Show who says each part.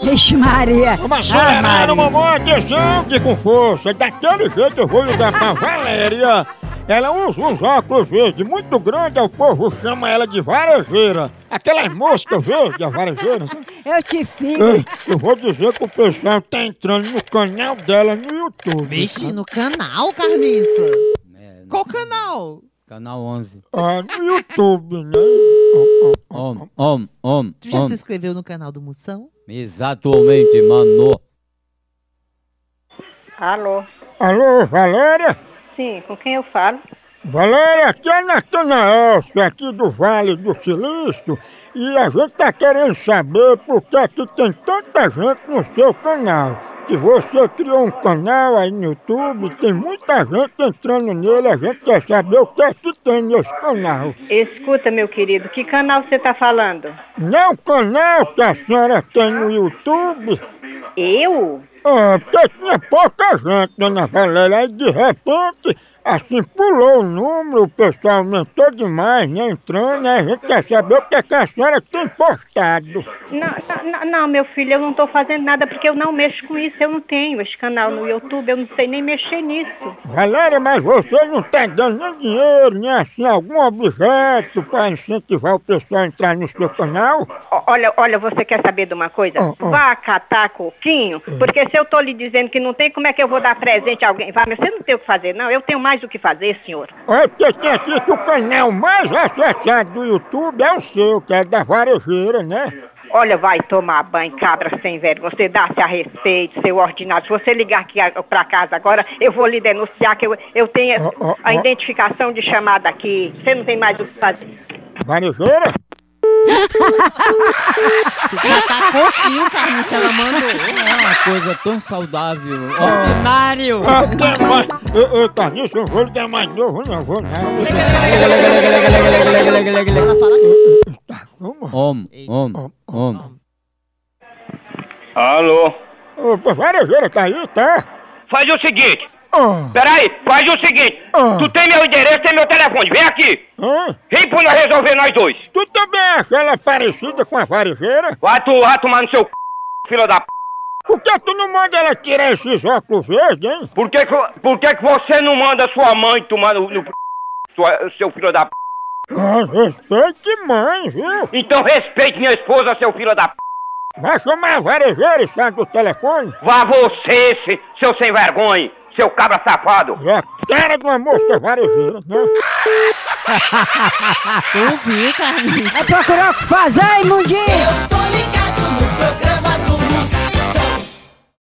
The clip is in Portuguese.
Speaker 1: Ixi, Maria.
Speaker 2: Uma
Speaker 1: Ah,
Speaker 2: acelerada,
Speaker 1: Maria.
Speaker 2: mamãe, atenção, que com força. Daquele jeito eu vou ligar pra Valéria. Ela usa uns óculos verdes muito grandes, o povo chama ela de varejeira. Aquelas moscas verdes, a varejeira. sabe?
Speaker 1: Eu te fico.
Speaker 2: Ei, Eu vou dizer que o pessoal tá entrando no canal dela no YouTube.
Speaker 3: Vixe, no canal, Carliça. Qual canal?
Speaker 4: É, Canal 11.
Speaker 2: Ah, no YouTube, né?
Speaker 4: Om, om, om,
Speaker 3: Hum, Tu já
Speaker 4: om.
Speaker 3: se inscreveu no canal do Moção?
Speaker 4: Exatamente, mano.
Speaker 5: Alô?
Speaker 2: Alô, Valéria?
Speaker 5: Sim, com quem eu falo?
Speaker 2: Valéria, aqui é Natanael, sou aqui do Vale do Silício, e a gente tá querendo saber por que é que tem tanta gente no seu canal. Que você criou um canal aí no YouTube, tem muita gente entrando nele, a gente quer saber o que é que tem nesse canal.
Speaker 5: Escuta, meu querido, que canal você tá falando?
Speaker 2: Não o canal que a senhora tem no YouTube.
Speaker 5: Eu?
Speaker 2: Ah, porque tinha pouca gente, dona Valéria, aí de repente, assim, pulou o número, o pessoal aumentou demais, né, entrando, né, a gente quer saber o que, é que a senhora tem postado.
Speaker 5: Não, não, não, não, meu filho, eu não tô fazendo nada porque eu não mexo com isso, eu não tenho esse canal no YouTube, eu não sei nem mexer nisso.
Speaker 2: Valéria, mas você não tá dando nem dinheiro, nem assim, algum objeto para incentivar o pessoal a entrar no seu canal?
Speaker 5: Ó, Olha, olha, você quer saber de uma coisa?
Speaker 2: Ah, ah.
Speaker 5: Vá catar coquinho, porque se eu tô lhe dizendo que não tem, como é que eu vou dar presente a alguém? Vá, mas você não tem o que fazer, não, eu tenho mais o que fazer, senhor.
Speaker 2: Olha, porque tem aqui que o canal mais acessado do YouTube é o seu, que é da varejeira, né?
Speaker 5: Olha, vai tomar banho, cabra sem vergonha. Você dá-se a respeito, seu ordinário. Se você ligar aqui a- pra casa agora, eu vou lhe denunciar que eu, eu tenho
Speaker 2: Ó, ó,
Speaker 5: a
Speaker 2: ó.
Speaker 5: identificação de chamada aqui. Você não tem mais o que fazer.
Speaker 2: Varejeira?
Speaker 3: Tá coquinho, Carliça, ela mandou.
Speaker 4: É uma coisa tão saudável. Ordinário.
Speaker 2: Ah, tem mais. Ô, ô, Carlinhos, eu vou ligar mais novo, não vou nada.
Speaker 3: Ela fala assim. Ah.
Speaker 2: Vamos.
Speaker 4: Om, om, om.
Speaker 6: Alô?
Speaker 2: Ô, pô, varejeira, tá aí, tá?
Speaker 6: Faz o seguinte,
Speaker 2: Ah,
Speaker 6: peraí, faz o seguinte.
Speaker 2: Ah.
Speaker 6: Tu tem meu endereço, tem meu telefone, vem aqui.
Speaker 2: hã?
Speaker 6: Vem pra nós resolver nós dois.
Speaker 2: Tu também acha ela parecida com a varejeira?
Speaker 6: Vai tu, vai tomar no seu c... fila da p...
Speaker 2: Por que tu não manda ela tirar esses óculos verdes, hein?
Speaker 6: Por que que, por que que você não manda sua mãe tomar no, no c... sua- seu filho da p...
Speaker 2: Ah, respeite mãe, viu?
Speaker 6: Então respeite minha esposa, seu filho da p...
Speaker 2: Vai chamar a varejeira e sai do telefone.
Speaker 6: Vá você, se- seu sem vergonha, seu cabra safado.
Speaker 2: É a cara de uma moça varejeira, né?
Speaker 3: Tu viu, Carliça?
Speaker 1: É Vai procurar o que fazer, imundinho.